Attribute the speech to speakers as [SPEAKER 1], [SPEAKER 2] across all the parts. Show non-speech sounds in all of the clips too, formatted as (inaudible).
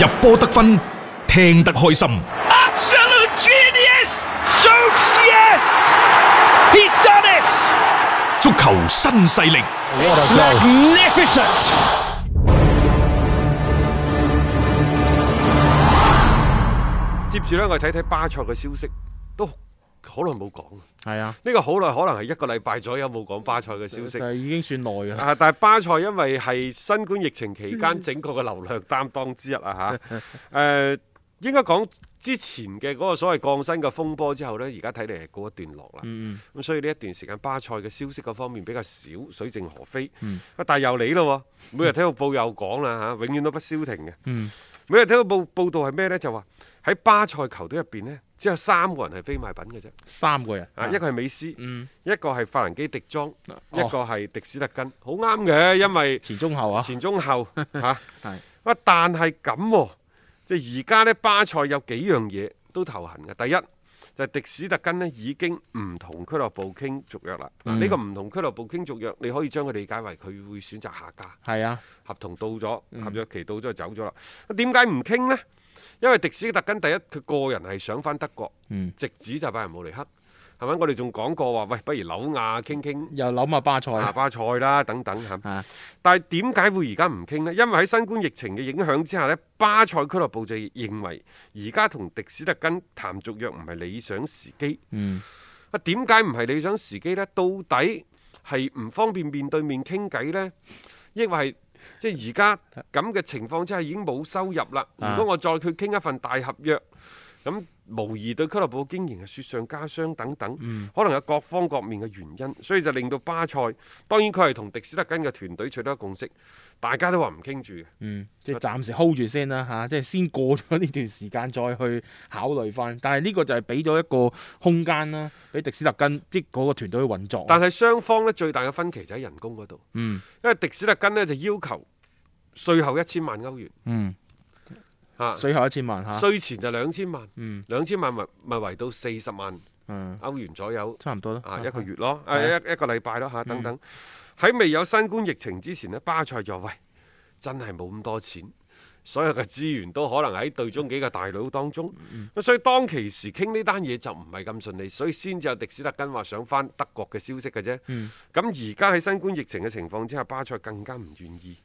[SPEAKER 1] 入波得分，聽得開心。
[SPEAKER 2] Absolute genius! Shoots yes! He's done it!
[SPEAKER 1] 足球新勢力，
[SPEAKER 2] It's magnificent!
[SPEAKER 3] 接住呢，我哋睇睇巴塞嘅消息，都好耐冇講。
[SPEAKER 4] 係啊，
[SPEAKER 3] 呢個好耐可能係一個禮拜左右冇講巴塞嘅消
[SPEAKER 4] 就
[SPEAKER 3] 息。
[SPEAKER 4] 係已經算耐㗎啦。
[SPEAKER 3] 啊！但係巴塞因為係新冠疫情期間整個嘅流量擔當之一啊
[SPEAKER 4] (laughs)
[SPEAKER 3] 嚇，誒、應該講之前嘅嗰個所謂降薪嘅風波之後呢，而家睇嚟係告一段落啦。咁、
[SPEAKER 4] 嗯
[SPEAKER 3] 所以呢一段時間巴塞嘅消息嗰方面比較少，水靜河飛。
[SPEAKER 4] 嗯
[SPEAKER 3] 啊但係又嚟咯喎，每日體育報又講啦嚇，永遠都不消停嘅。
[SPEAKER 4] 嗯
[SPEAKER 3] 每日體育報報道係咩呢？就話喺巴塞球隊入邊呢，只有三個人係非賣品嘅啫。
[SPEAKER 4] 三個人
[SPEAKER 3] 啊，一個係美斯，
[SPEAKER 4] 嗯
[SPEAKER 3] 一個係法蘭基迪莊，一
[SPEAKER 4] 哦
[SPEAKER 3] 個係迪斯特根，好啱嘅，因為。
[SPEAKER 4] 前中後啊，
[SPEAKER 3] 前
[SPEAKER 4] (laughs)
[SPEAKER 3] 中後嚇。
[SPEAKER 4] 係
[SPEAKER 3] 啊，但係咁喎，即係而家呢，巴塞有幾樣嘢都頭痕嘅。第一就係、迪史特根呢已經唔同俱樂部傾續約啦。嗱、
[SPEAKER 4] 嗯
[SPEAKER 3] 呢個唔同俱樂部傾續約，你可以將佢理解為佢會選擇下家，
[SPEAKER 4] 係啊，
[SPEAKER 3] 合同到咗，
[SPEAKER 4] 嗯
[SPEAKER 3] 合約期到咗就走咗啦。咁點解唔傾呢？因為迪史特根第一，佢個人係想翻德國，
[SPEAKER 4] 嗯
[SPEAKER 3] 直指就拜仁慕尼黑，係咪？我哋仲講過話，喂，不如紐亞傾傾
[SPEAKER 4] 又諗下巴塞
[SPEAKER 3] 下
[SPEAKER 4] 啊，
[SPEAKER 3] 巴塞啦，等等嚇。
[SPEAKER 4] 啊
[SPEAKER 3] 但係點解會而家唔傾呢？因為喺新冠疫情嘅影響之下呢，巴塞俱樂部就認為而家同迪斯特根談續約唔係理想時機。
[SPEAKER 4] 嗯
[SPEAKER 3] 啊，點解唔係理想時機呢？到底係唔方便面對面傾偈呢？抑或係即係而家咁嘅情況之下已經冇收入啦？
[SPEAKER 4] 啊
[SPEAKER 3] 如果我再去傾一份大合約，咁無疑對俱樂部經營係雪上加霜等等，可能有各方各面嘅原因，所以就令到巴塞當然佢係同迪斯特根嘅團隊取得共識，大家都話唔傾住嘅。
[SPEAKER 4] 嗯，即係暫時 hold 住先啦吓，即係先過咗呢段時間再去考慮翻。但係呢個就係俾咗一個空間啦，俾迪斯特根即係嗰個團隊去運作。啊
[SPEAKER 3] 但係雙方呢，最大嘅分歧就喺人工嗰度，
[SPEAKER 4] 嗯
[SPEAKER 3] 因為迪斯特根呢就要求税後一千萬歐元啊
[SPEAKER 4] 嗯，
[SPEAKER 3] 嚇。
[SPEAKER 4] 最後一千萬吓，
[SPEAKER 3] 税前就兩千萬，
[SPEAKER 4] 嗯
[SPEAKER 3] 兩千萬咪咪圍到四十萬
[SPEAKER 4] 嗯，
[SPEAKER 3] 歐元左右
[SPEAKER 4] 差唔多啦。
[SPEAKER 3] 啊一個月咯，啊
[SPEAKER 4] 係
[SPEAKER 3] 一一個禮拜咯嚇
[SPEAKER 4] 嗯
[SPEAKER 3] 等等。喺未有新冠疫情之前呢，巴塞就喂真係冇咁多錢，所有嘅資源都可能喺隊中幾個大佬當中。
[SPEAKER 4] 嗯
[SPEAKER 3] 咁所以當其時傾呢單嘢就唔係咁順利，所以先至有迪斯特根話想翻德國嘅消息嘅啫。
[SPEAKER 4] 嗯
[SPEAKER 3] 咁而家喺新冠疫情嘅情況之下，巴塞更加唔願意，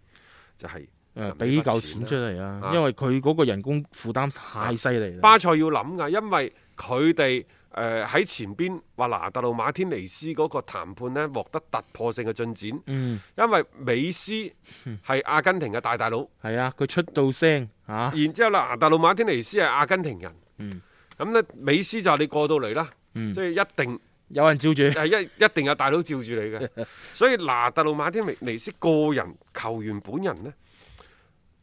[SPEAKER 3] 就係
[SPEAKER 4] 誒
[SPEAKER 3] 啊
[SPEAKER 4] 俾
[SPEAKER 3] 呢筆
[SPEAKER 4] 嚿
[SPEAKER 3] 錢
[SPEAKER 4] 錢
[SPEAKER 3] 啦
[SPEAKER 4] 出嚟啊
[SPEAKER 3] 啊，
[SPEAKER 4] 因為佢嗰個人工負擔太犀利啦。
[SPEAKER 3] 巴塞要諗噶，因為佢哋誒喺前邊話拿特魯馬天尼斯嗰個談判呢獲得突破性嘅進展，
[SPEAKER 4] 嗯，
[SPEAKER 3] 因為美斯係阿根廷嘅大大佬，
[SPEAKER 4] 係啊，佢出到聲嚇，
[SPEAKER 3] 然之後拿特魯馬天尼斯係阿根廷人，
[SPEAKER 4] 嗯
[SPEAKER 3] 咁呢美斯就係你過到嚟啦，
[SPEAKER 4] 嗯
[SPEAKER 3] 即係一定 (laughs)
[SPEAKER 4] 有人照住。
[SPEAKER 3] 係一一定有大佬照住
[SPEAKER 4] (laughs)
[SPEAKER 3] 你嘅，所以拿特魯馬天尼斯個人球員本人呢，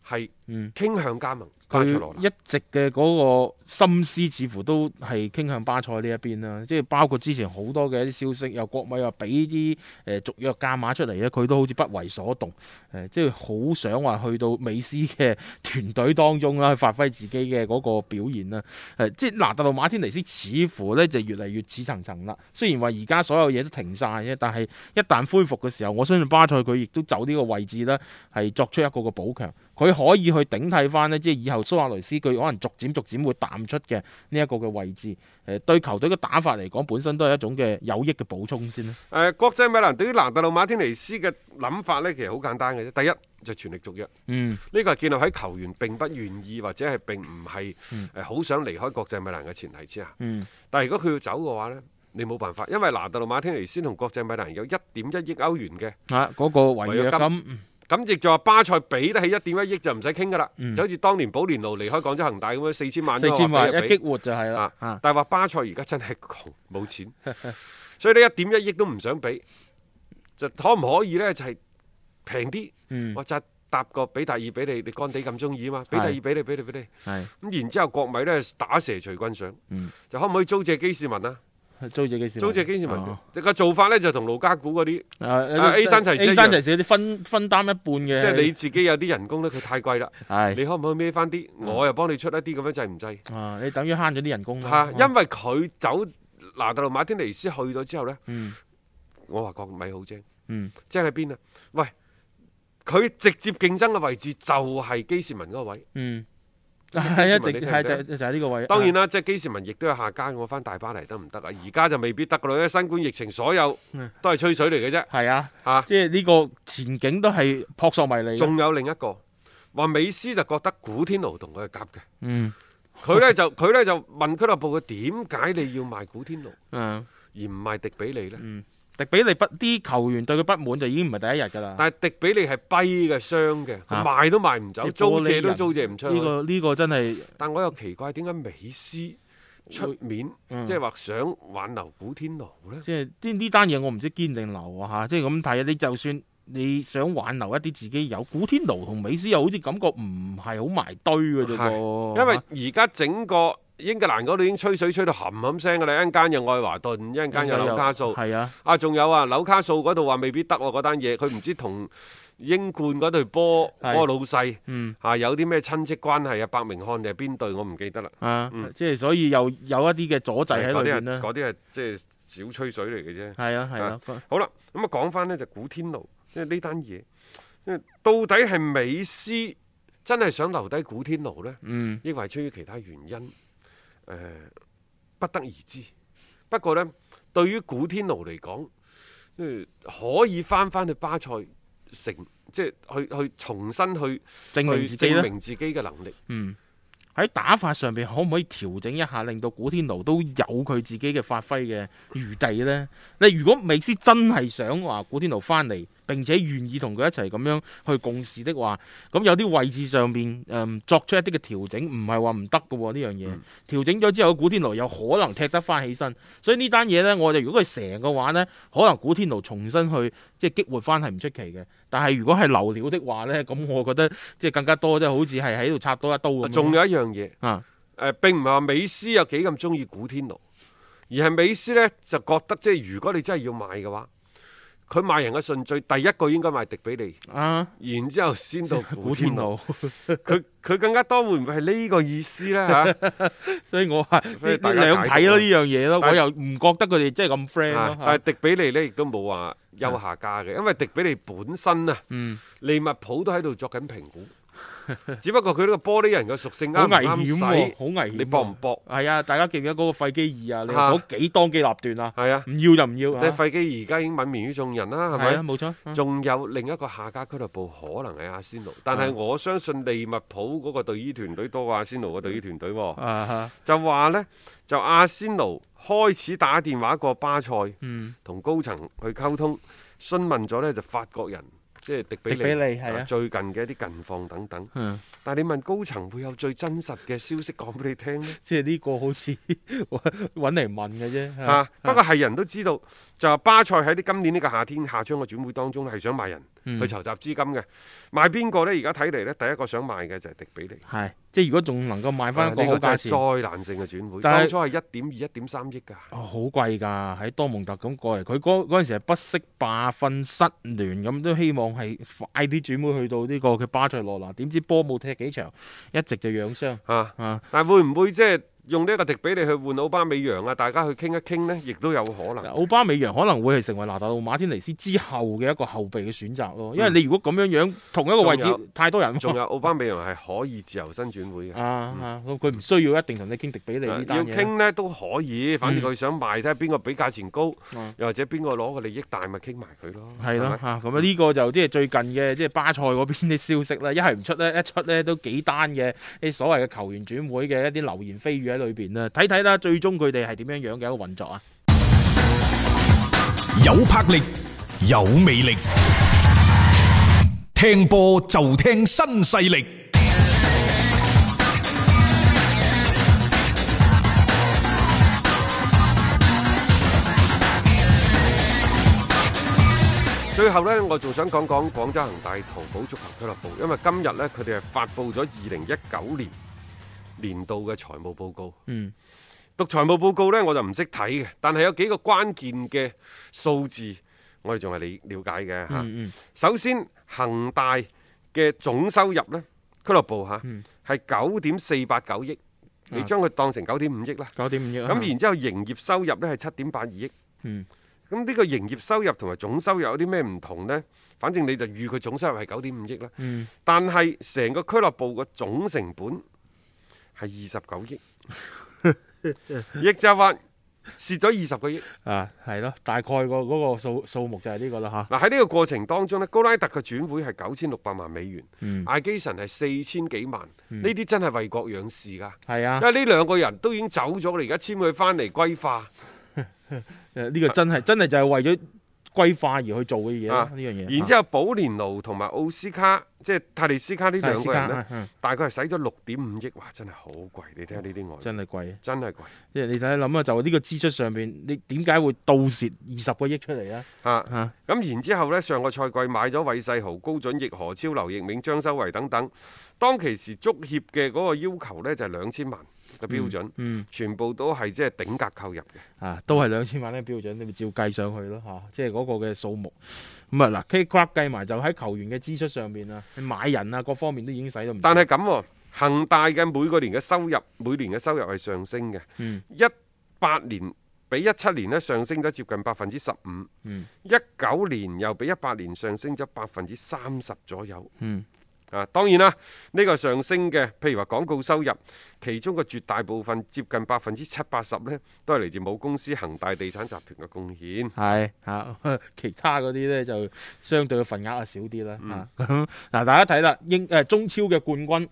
[SPEAKER 3] 係
[SPEAKER 4] 嗯
[SPEAKER 3] 傾向加盟巴塞羅
[SPEAKER 4] 佢
[SPEAKER 3] 那。
[SPEAKER 4] 一直嘅嗰個心思似乎都係傾向巴塞呢一邊啦，即係包括之前好多嘅一啲消息，有國米話俾啲誒續約價碼出嚟咧，佢都好似不為所動，誒、即係好想話去到美斯嘅團隊當中啦，去發揮自己嘅嗰個表現啦，誒、即係嗱，特魯馬天尼斯似乎咧就越嚟越似層層啦。雖然話而家所有嘢都停晒啫，但係一旦恢復嘅時候，我相信巴塞佢亦都就呢個位置啦。係作出一個個補強，佢可以去頂替翻呢，即係以後蘇亞雷斯佢可能逐漸逐漸會淡出嘅呢一個嘅位置。誒、對球隊嘅打法嚟講，本身都係一種嘅有益嘅補充先啦。
[SPEAKER 3] 誒、國際米蘭對於蘭特魯馬天尼斯嘅諗法呢，其實好簡單嘅啫。第一就全力續約，呢、
[SPEAKER 4] 嗯
[SPEAKER 3] 個係建立喺球員並不願意或者係並唔係誒好想離開國際米蘭嘅前提之下。
[SPEAKER 4] 嗯
[SPEAKER 3] 但係如果佢要走嘅話呢，你冇辦法，因為蘭特魯馬天尼斯同國際米蘭有一點一億歐元嘅，
[SPEAKER 4] 啊，嗰、個違約
[SPEAKER 3] 違約
[SPEAKER 4] 金，嗯
[SPEAKER 3] 咁亦就話巴塞俾得起一點一億就唔使傾噶啦，
[SPEAKER 4] 嗯
[SPEAKER 3] 就好似當年保連奴離開廣州恒大咁樣四千萬啫
[SPEAKER 4] 四
[SPEAKER 3] 嘛，
[SPEAKER 4] 千萬
[SPEAKER 3] 俾就俾
[SPEAKER 4] 一激活就係啦。
[SPEAKER 3] 啊
[SPEAKER 4] 啊，
[SPEAKER 3] 但係話巴塞而家真係窮冇錢， (laughs) 所以呢一點一億都唔想俾，就可唔可以呢？就係平啲，
[SPEAKER 4] 嗯
[SPEAKER 3] 我就搭個比達爾俾你，你乾地咁中意啊嘛，比達爾俾你，俾你，俾你。
[SPEAKER 4] 係
[SPEAKER 3] 咁然之後國米呢，打蛇隨棍上，
[SPEAKER 4] 嗯
[SPEAKER 3] 就可唔可以租借基士文啊？
[SPEAKER 4] 租借幾時？
[SPEAKER 3] 租借基士文
[SPEAKER 4] 哦
[SPEAKER 3] 嘅個做法呢，就同盧家股
[SPEAKER 4] (laughs)
[SPEAKER 3] 嗰啲，
[SPEAKER 4] 啊
[SPEAKER 3] 啊 A 三齊士一樣
[SPEAKER 4] A 三齊士啲分分擔一半嘅，
[SPEAKER 3] 即係你自己有啲人工呢，佢太貴啦，
[SPEAKER 4] 係嗯
[SPEAKER 3] 你可唔可以孭翻啲？我又幫你出一啲咁樣制唔制？
[SPEAKER 4] 啊，你等於慳咗啲人工啦。
[SPEAKER 3] 嚇，
[SPEAKER 4] 啊
[SPEAKER 3] 因為佢走拿特路馬天尼斯去咗之後呢，
[SPEAKER 4] 嗯
[SPEAKER 3] 我話國米好精。
[SPEAKER 4] 嗯
[SPEAKER 3] 即係喺邊啊？喂，佢直接競爭嘅位置就係基士文嗰個位，
[SPEAKER 4] 嗯係一
[SPEAKER 3] 基士
[SPEAKER 4] 直
[SPEAKER 3] 文你聽唔
[SPEAKER 4] 係
[SPEAKER 3] 聽
[SPEAKER 4] 就就係呢個位。啊
[SPEAKER 3] 當然啦，即係基士文亦都有下家，我翻大巴黎得唔得啊？而家就未必得噶啦，因為新冠疫情所有
[SPEAKER 4] 嗯
[SPEAKER 3] 都係吹水嚟嘅啫。
[SPEAKER 4] 係啊，
[SPEAKER 3] 啊
[SPEAKER 4] 即係呢個前景都係撲朔迷離嘅。
[SPEAKER 3] 仲有另一個話美斯就覺得古天奴同佢係夾嘅，
[SPEAKER 4] 嗯
[SPEAKER 3] 佢
[SPEAKER 4] (laughs)
[SPEAKER 3] 呢就佢呢就問俱樂部佢點解你要賣古天奴
[SPEAKER 4] 嗯，
[SPEAKER 3] 而唔賣迪比利呢？
[SPEAKER 4] 迪比利不啲球員對佢不滿就已經唔係第一日㗎啦。
[SPEAKER 3] 但係迪比利係跛嘅傷嘅，佢
[SPEAKER 4] 啊
[SPEAKER 3] 賣都賣唔走，
[SPEAKER 4] 啲
[SPEAKER 3] 租
[SPEAKER 4] 玻璃
[SPEAKER 3] 借都
[SPEAKER 4] 人
[SPEAKER 3] 租借唔出去。
[SPEAKER 4] 呢個呢個真係
[SPEAKER 3] 但我又奇怪點解美斯出面
[SPEAKER 4] 嗯
[SPEAKER 3] 即係話想挽留古天奴呢？
[SPEAKER 4] 即係呢呢單嘢我唔知堅定流啊嚇，即係咁睇。你就算你想挽留一啲自己有，古天奴同美斯又好似感覺唔係好埋堆嘅啫
[SPEAKER 3] 係
[SPEAKER 4] 喎。
[SPEAKER 3] 因為而家整個英格蘭嗰度已經吹水吹到冚冚聲㗎啦，一陣間有愛華頓，一陣間有紐卡素，
[SPEAKER 4] 係啊，
[SPEAKER 3] 啊仲有啊紐卡素嗰度話未必得喎嗰單嘢，佢唔知同英冠嗰隊波
[SPEAKER 4] 係
[SPEAKER 3] 嗰個老細
[SPEAKER 4] 嗯
[SPEAKER 3] 啊有啲咩親戚關係啊，伯明翰定係邊隊我唔記得啦。
[SPEAKER 4] 啊，
[SPEAKER 3] 嗯
[SPEAKER 4] 即係所以又有一啲嘅阻滯喺
[SPEAKER 3] 嗰
[SPEAKER 4] 裏
[SPEAKER 3] 啲
[SPEAKER 4] 邊
[SPEAKER 3] 係
[SPEAKER 4] 啦。
[SPEAKER 3] 嗰啲係即係小吹水嚟嘅啫。
[SPEAKER 4] 係啊係啊，
[SPEAKER 3] 好啦，咁啊講翻呢就古天奴，即係呢單嘢，因為到底係美斯真係想留低古天奴呢？
[SPEAKER 4] 嗯
[SPEAKER 3] 抑或係出於其他原因？誒、不得而知。不過呢，對於古天奴嚟講，即係可以翻翻去巴塞成，即係去去重新去
[SPEAKER 4] 證明
[SPEAKER 3] 去
[SPEAKER 4] 自己
[SPEAKER 3] 證
[SPEAKER 4] 啦。
[SPEAKER 3] 明自己嘅能力。
[SPEAKER 4] 嗯，喺打法上邊可唔可以調整一下，令到古天奴都有佢自己嘅發揮嘅餘地呢？你如果美斯真係想話古天奴翻嚟，並且願意同佢一齊咁樣去共事的話，咁有啲位置上邊誒、嗯作出一啲嘅調整，唔係話唔得嘅喎呢樣嘢。調整咗之後，古天奴有可能踢得翻起身，所以呢單嘢呢，我就如果佢成嘅話呢，可能古天奴重新去即係激活翻係唔出奇嘅。但係如果係流料的話呢，咁我覺得即係更加多即係好似係喺度插多一刀咁樣。
[SPEAKER 3] 仲有一樣嘢，誒、
[SPEAKER 4] 啊
[SPEAKER 3] 並唔係話美斯有幾咁中意古天奴，而係美斯呢就覺得即係如果你真係要買嘅話，佢買人嘅順序第一個應該買迪比利， (laughs)
[SPEAKER 4] 啊，
[SPEAKER 3] 然之後先到
[SPEAKER 4] (laughs)
[SPEAKER 3] 古
[SPEAKER 4] 古
[SPEAKER 3] 天
[SPEAKER 4] 天
[SPEAKER 3] 奴。
[SPEAKER 4] 奴，
[SPEAKER 3] 佢佢更加多會唔會係呢個意思
[SPEAKER 4] (laughs)
[SPEAKER 3] 呢？嚇？
[SPEAKER 4] 所以我話呢
[SPEAKER 3] 所以大
[SPEAKER 4] 呢
[SPEAKER 3] 家
[SPEAKER 4] 兩
[SPEAKER 3] 解
[SPEAKER 4] 睇
[SPEAKER 3] 讀
[SPEAKER 4] 咯
[SPEAKER 3] 啊
[SPEAKER 4] 呢樣嘢咯，
[SPEAKER 3] 但
[SPEAKER 4] 我又唔覺得佢哋真係咁 friend
[SPEAKER 3] 啊
[SPEAKER 4] 咯。
[SPEAKER 3] 但係
[SPEAKER 4] 嚇啊
[SPEAKER 3] 迪比利呢，亦都冇話休下家嘅，因為迪比利本身啊，
[SPEAKER 4] 嗯，
[SPEAKER 3] 利物浦都喺度作緊評
[SPEAKER 4] (laughs)
[SPEAKER 3] 估，只不過佢呢個玻璃人嘅屬性
[SPEAKER 4] 好
[SPEAKER 3] 啱唔
[SPEAKER 4] 危
[SPEAKER 3] 啱
[SPEAKER 4] 險
[SPEAKER 3] 使
[SPEAKER 4] 喎，，好危險喎。
[SPEAKER 3] 你搏唔搏？
[SPEAKER 4] 係啊，大家記唔記得嗰個費基爾啊？你
[SPEAKER 3] 啊
[SPEAKER 4] 嗰幾當機立斷啊？
[SPEAKER 3] 係啊，
[SPEAKER 4] 唔要就唔要
[SPEAKER 3] 你
[SPEAKER 4] 啊！
[SPEAKER 3] 費基而家已經泯滅於眾人啦，係
[SPEAKER 4] 係
[SPEAKER 3] 咪
[SPEAKER 4] 啊，？冇錯。啊
[SPEAKER 3] 仲有另一個下家俱樂部可能係阿仙奴，但係
[SPEAKER 4] 嗯
[SPEAKER 3] 我相信利物浦嗰個隊醫團隊多過阿仙奴個隊醫團隊喎。
[SPEAKER 4] 啊，
[SPEAKER 3] 就話呢，就阿仙奴開始打電話過巴塞，
[SPEAKER 4] 嗯，
[SPEAKER 3] 同高層去溝通，詢問咗呢就法國人，即係迪比利
[SPEAKER 4] 迪比利係啊
[SPEAKER 3] 最近嘅一啲近況等等。
[SPEAKER 4] 嗯
[SPEAKER 3] 但係你問高層會有最真實嘅消息講俾你聽呢？
[SPEAKER 4] 即係呢個好似 (laughs) 揾嚟問嘅啫。
[SPEAKER 3] 啊，不過係人都知道，就話巴塞喺呢今年呢個夏天夏窗嘅轉會當中係想賣人，
[SPEAKER 4] 嗯
[SPEAKER 3] 去籌集資金嘅。賣邊個呢？而家睇嚟呢，第一個想賣嘅就係迪比利。
[SPEAKER 4] 係，即係如果仲能夠買
[SPEAKER 3] 啊
[SPEAKER 4] 翻
[SPEAKER 3] 呢
[SPEAKER 4] 一個好
[SPEAKER 3] 個真
[SPEAKER 4] 價
[SPEAKER 3] 係
[SPEAKER 4] 錢，
[SPEAKER 3] 災難性嘅轉會，
[SPEAKER 4] 但係
[SPEAKER 3] 當初係一點二、一點三億啊㗎。
[SPEAKER 4] 哦好貴㗎，喺多蒙特咁過嚟，佢嗰嗰陣時係不惜罷訓失聯，咁都希望係快啲轉會去到呢個嘅巴塞羅那，點知波冇踢幾場，一直就養傷
[SPEAKER 3] 啊！
[SPEAKER 4] 啊！
[SPEAKER 3] 但係會唔會即係用呢一個迪比利去換奧巴美揚啊？大家去傾一傾呢，亦都有可
[SPEAKER 4] (laughs)
[SPEAKER 3] 能。
[SPEAKER 4] 奧巴美揚可能會係成為拿達路馬天尼斯之後嘅一個後備嘅選擇咯，因為你如果咁樣樣同一個位置
[SPEAKER 3] 嗯仲有
[SPEAKER 4] 太多人喎，
[SPEAKER 3] 仲有奧巴美揚係可以自由身轉會嘅。
[SPEAKER 4] 啊啊，咁佢唔需要一 (laughs) 定同你傾迪比利
[SPEAKER 3] 啊
[SPEAKER 4] 呢
[SPEAKER 3] 要
[SPEAKER 4] 單嘢啦。
[SPEAKER 3] 傾呢都可以，反正佢想賣，睇下邊個比價錢高
[SPEAKER 4] 嗯，
[SPEAKER 3] 又或者邊個攞個利益大，咪傾埋佢咯。
[SPEAKER 4] 係
[SPEAKER 3] 係
[SPEAKER 4] 咯
[SPEAKER 3] 咪嗯
[SPEAKER 4] 嚇，咁啊呢個就即係最近嘅即係巴塞嗰邊啲消息啦，一係唔出咧，一出咧都幾單嘅啲所謂嘅球員轉會嘅一啲流言蜚語喺裏邊啦，睇睇啦，最終佢哋係點樣樣嘅一個運作啊！
[SPEAKER 1] 有魄力，有魅力，聽波就聽新勢力。
[SPEAKER 3] 最後呢，我仲想講講廣州恒大淘寶足球俱樂部，因為今日呢，佢哋係發布咗二零一九年年度嘅財務報告。
[SPEAKER 4] 嗯，
[SPEAKER 3] 讀財務報告呢，我就唔識睇嘅，但係有幾個關鍵嘅數字，我哋仲係理了解嘅嚇。
[SPEAKER 4] 嗯
[SPEAKER 3] 首先，恒大嘅總收入呢，俱樂部嚇係九點四八九億，你將佢當成九點五億啦。
[SPEAKER 4] 九點五億啊
[SPEAKER 3] 咁然之後，營業收入呢係七點八二億。
[SPEAKER 4] 嗯
[SPEAKER 3] 咁呢個營業收入同埋總收入有啲咩唔同呢？反正你就預佢總收入係九點五億啦。
[SPEAKER 4] 嗯
[SPEAKER 3] 但係成個俱樂部嘅總成本係二十九億， (laughs) 亦就係話蝕咗二十個億。
[SPEAKER 4] 啊，係咯，大概個嗰個數數目就係呢個啦吓。
[SPEAKER 3] 嗱喺呢個過程當中呢高拉特嘅轉會係九千六百萬美元，
[SPEAKER 4] 嗯
[SPEAKER 3] 艾基臣係四千幾萬，呢啲、真係為國養士㗎。
[SPEAKER 4] 係啊
[SPEAKER 3] 因，為呢兩個人都已經走咗，你而家簽佢翻嚟歸化
[SPEAKER 4] 誒呢個真係真係就係為咗歸化而去做嘅嘢啦
[SPEAKER 3] 啊，
[SPEAKER 4] 呢樣嘢。
[SPEAKER 3] 然之後保連奴同埋奧斯卡，即係泰利斯卡呢兩個人
[SPEAKER 4] 泰利斯卡嗯
[SPEAKER 3] 呢，大概係使咗六點五億，哇！真係好貴，你睇下呢啲外
[SPEAKER 4] 啊
[SPEAKER 3] 援，
[SPEAKER 4] 真係貴，
[SPEAKER 3] 真係貴
[SPEAKER 4] 即係你睇諗啊，就呢個支出上邊，你點解會倒蝕二十個億出嚟啊？
[SPEAKER 3] 啊！
[SPEAKER 4] 嚇，
[SPEAKER 3] 咁然之後呢，上個賽季買咗韋世豪、高準翼、何超、劉奕銘、張修維等等，當其時足協嘅嗰個要求呢，就係兩千萬嘅標準，
[SPEAKER 4] 嗯
[SPEAKER 3] 全部都係即係頂格購入嘅。
[SPEAKER 4] 啊，都係兩千萬呢個標準，你咪照計上去咯嚇、即係嗰個嘅數目。咁啊嗱，K 框計埋就喺球員嘅支出上邊啊，你買人啊各方面都已經使到唔少。
[SPEAKER 3] 但係咁喎，恒大嘅每個年嘅收入，每年嘅收入係上升嘅。
[SPEAKER 4] 嗯
[SPEAKER 3] 一八年比一七年咧上升咗接近百分之十五，
[SPEAKER 4] 嗯
[SPEAKER 3] 一九年又比一八年上升咗百分之三十左右。
[SPEAKER 4] 嗯
[SPEAKER 3] 啊，當然啦，呢、個上升嘅，譬如話廣告收入，其中嘅絕大部分接近百分之七八十呢，都係嚟自母公司恒大地產集團嘅貢獻。
[SPEAKER 4] 係嚇， (laughs) 其他嗰啲呢就相對嘅份額啊少啲啦嚇。 (laughs) 咁嗱、大家睇啦，英誒、中超嘅冠軍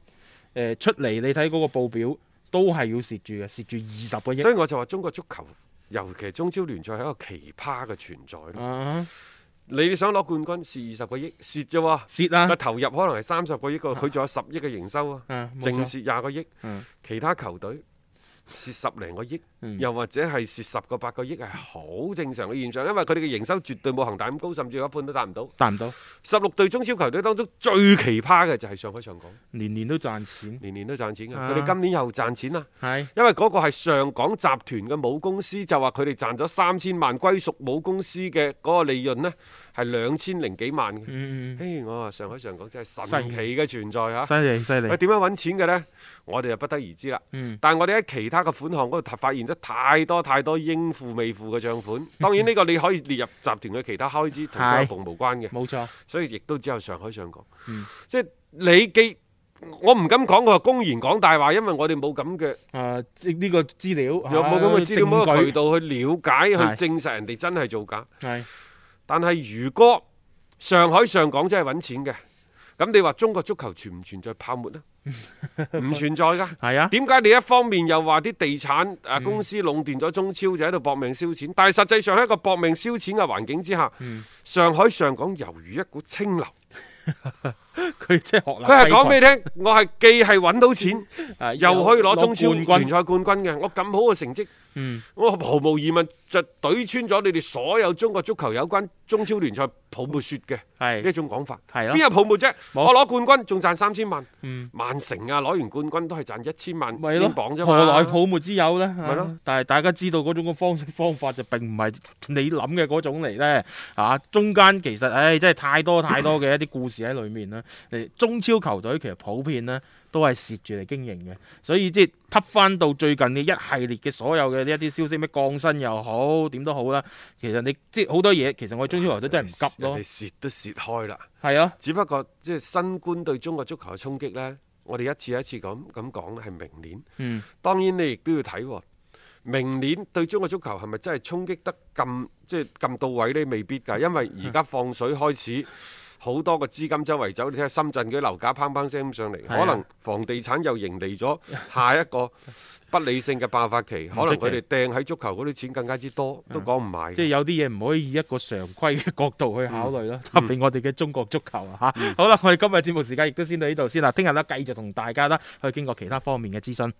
[SPEAKER 4] 誒、出嚟，你睇嗰個報表都係要蝕住嘅，蝕住二十個億
[SPEAKER 3] 所。以我就話中國足球，尤其係中超聯賽係一個奇葩嘅存在咯。
[SPEAKER 4] 啊，
[SPEAKER 3] 你想攞冠軍蝕二十個億，蝕啫喎。
[SPEAKER 4] 蝕啊
[SPEAKER 3] 個！投入可能係三十個億個，佢仲有十億嘅營收啊，
[SPEAKER 4] 啊冇錯
[SPEAKER 3] 淨蝕廿個億
[SPEAKER 4] 嗯，
[SPEAKER 3] 其他球隊蝕十零個億，又或者係蝕十個八個億係好正常嘅現象，因為佢哋嘅營收絕對冇恒大咁高，甚至有一半都達唔到。
[SPEAKER 4] 達唔到，
[SPEAKER 3] 十六隊中超球隊當中最奇葩嘅就係上海上港，
[SPEAKER 4] 年年都賺錢，
[SPEAKER 3] 年年都賺錢嘅，
[SPEAKER 4] 啊
[SPEAKER 3] 佢哋今年又賺錢啦。
[SPEAKER 4] 係
[SPEAKER 3] 因為嗰個係上港集團嘅母公司，就話佢哋賺咗三千萬，歸屬母公司嘅嗰個利潤呢係兩千零幾萬嘅。
[SPEAKER 4] 嗯嗯
[SPEAKER 3] 嘿，我話上海上港真係
[SPEAKER 4] 犀
[SPEAKER 3] 神奇
[SPEAKER 4] 利
[SPEAKER 3] 嘅存在嚇、
[SPEAKER 4] 嗯，犀利犀
[SPEAKER 3] 佢
[SPEAKER 4] 利，
[SPEAKER 3] 點樣揾錢嘅呢？我哋就不得而知啦。
[SPEAKER 4] 嗯
[SPEAKER 3] 但係我哋喺其他嘅款項嗰度發現咗太多太多應付未付嘅帳
[SPEAKER 4] (laughs)
[SPEAKER 3] 款。當然呢個你可以列入集團嘅其他開支，同俱樂
[SPEAKER 4] 係嗯
[SPEAKER 3] 部無關嘅，
[SPEAKER 4] 冇錯，
[SPEAKER 3] 所以亦都只有上海上港。即係你既我唔敢講，我係公然講大話，因為我哋冇咁嘅，
[SPEAKER 4] 啊即呢個資料
[SPEAKER 3] 有冇咁嘅資料，冇
[SPEAKER 4] 啊
[SPEAKER 3] 咁嘅
[SPEAKER 4] 證
[SPEAKER 3] 渠
[SPEAKER 4] 據
[SPEAKER 3] 道去了解、
[SPEAKER 4] 係
[SPEAKER 3] 去證實人哋真係造假。
[SPEAKER 4] 係
[SPEAKER 3] 但係如果上海上港真係揾錢嘅，咁你話中國足球存唔存在
[SPEAKER 4] (laughs)
[SPEAKER 3] 泡沫呢？唔存在㗎。
[SPEAKER 4] 係啊，
[SPEAKER 3] 點解你一方面又話啲地產啊公司
[SPEAKER 4] 嗯
[SPEAKER 3] 壟斷咗中超，就喺度搏命燒錢？但係實際上喺一個搏命燒錢嘅環境之下，
[SPEAKER 4] 嗯
[SPEAKER 3] 上海上港猶如一股清流。
[SPEAKER 4] 佢即係學
[SPEAKER 3] 佢係講俾你聽，我係既係揾
[SPEAKER 4] (laughs)
[SPEAKER 3] 到錢，
[SPEAKER 4] 你
[SPEAKER 3] 又可以攞中超
[SPEAKER 4] 冠軍，
[SPEAKER 3] 聯賽冠軍嘅。我咁好嘅成績，
[SPEAKER 4] 嗯
[SPEAKER 3] 我毫無疑問就懟穿咗你哋所有中國足球有關中超聯賽泡沫説嘅呢一
[SPEAKER 4] 係
[SPEAKER 3] 種講法。
[SPEAKER 4] 係
[SPEAKER 3] 邊
[SPEAKER 4] 咯，
[SPEAKER 3] 有泡沫啫？
[SPEAKER 4] 冇
[SPEAKER 3] 我攞冠軍仲賺三千萬，
[SPEAKER 4] 嗯。
[SPEAKER 3] 曼城啊攞完冠軍都係賺一千萬
[SPEAKER 4] 咪
[SPEAKER 3] 英
[SPEAKER 4] 咯，
[SPEAKER 3] 鎊啫嘛。
[SPEAKER 4] 何來泡沫之有呢？咪
[SPEAKER 3] 咯
[SPEAKER 4] 但係大家知道嗰種嘅方式方法就並唔係你諗嘅嗰種嚟呢。啊，中間其實唉、真係太多太多嘅一啲故事喺裏面啦。誒，中超球隊其實普遍呢都係蝕住嚟經營嘅，所以即係揼翻到最近嘅一系列嘅所有嘅呢一啲消息，咩降薪又好，點都好啦。其實你即係好多嘢，其實我哋中超球隊真係唔急咯
[SPEAKER 3] 人哋。蝕都蝕開啦。
[SPEAKER 4] 係啊，
[SPEAKER 3] 只不過即係新冠對中國足球嘅衝擊呢，我哋一次一次咁咁講呢係明年。
[SPEAKER 4] 嗯，
[SPEAKER 3] 當然你亦都要睇喎，明年對中國足球係咪真係衝擊得咁即係咁到位呢？未必
[SPEAKER 4] 嗯
[SPEAKER 3] 㗎，因為而家放水開始。好多個資金周圍走，你睇下深圳嗰啲樓價砰砰聲咁上嚟，
[SPEAKER 4] 係啊
[SPEAKER 3] 可能房地產又迎嚟咗下一個不理性嘅爆發期，可能
[SPEAKER 4] 出奇嗯
[SPEAKER 3] 佢哋掟喺足球嗰啲錢更加之多，都講唔埋嘅。
[SPEAKER 4] 即係有啲嘢唔可以以一個常規嘅角度去考慮咯，特別我哋嘅中國足球啊嚇。好啦，我哋今日節目時間亦都先到呢度先啦，聽日咧繼續同大家啦去經過其他方面嘅諮詢。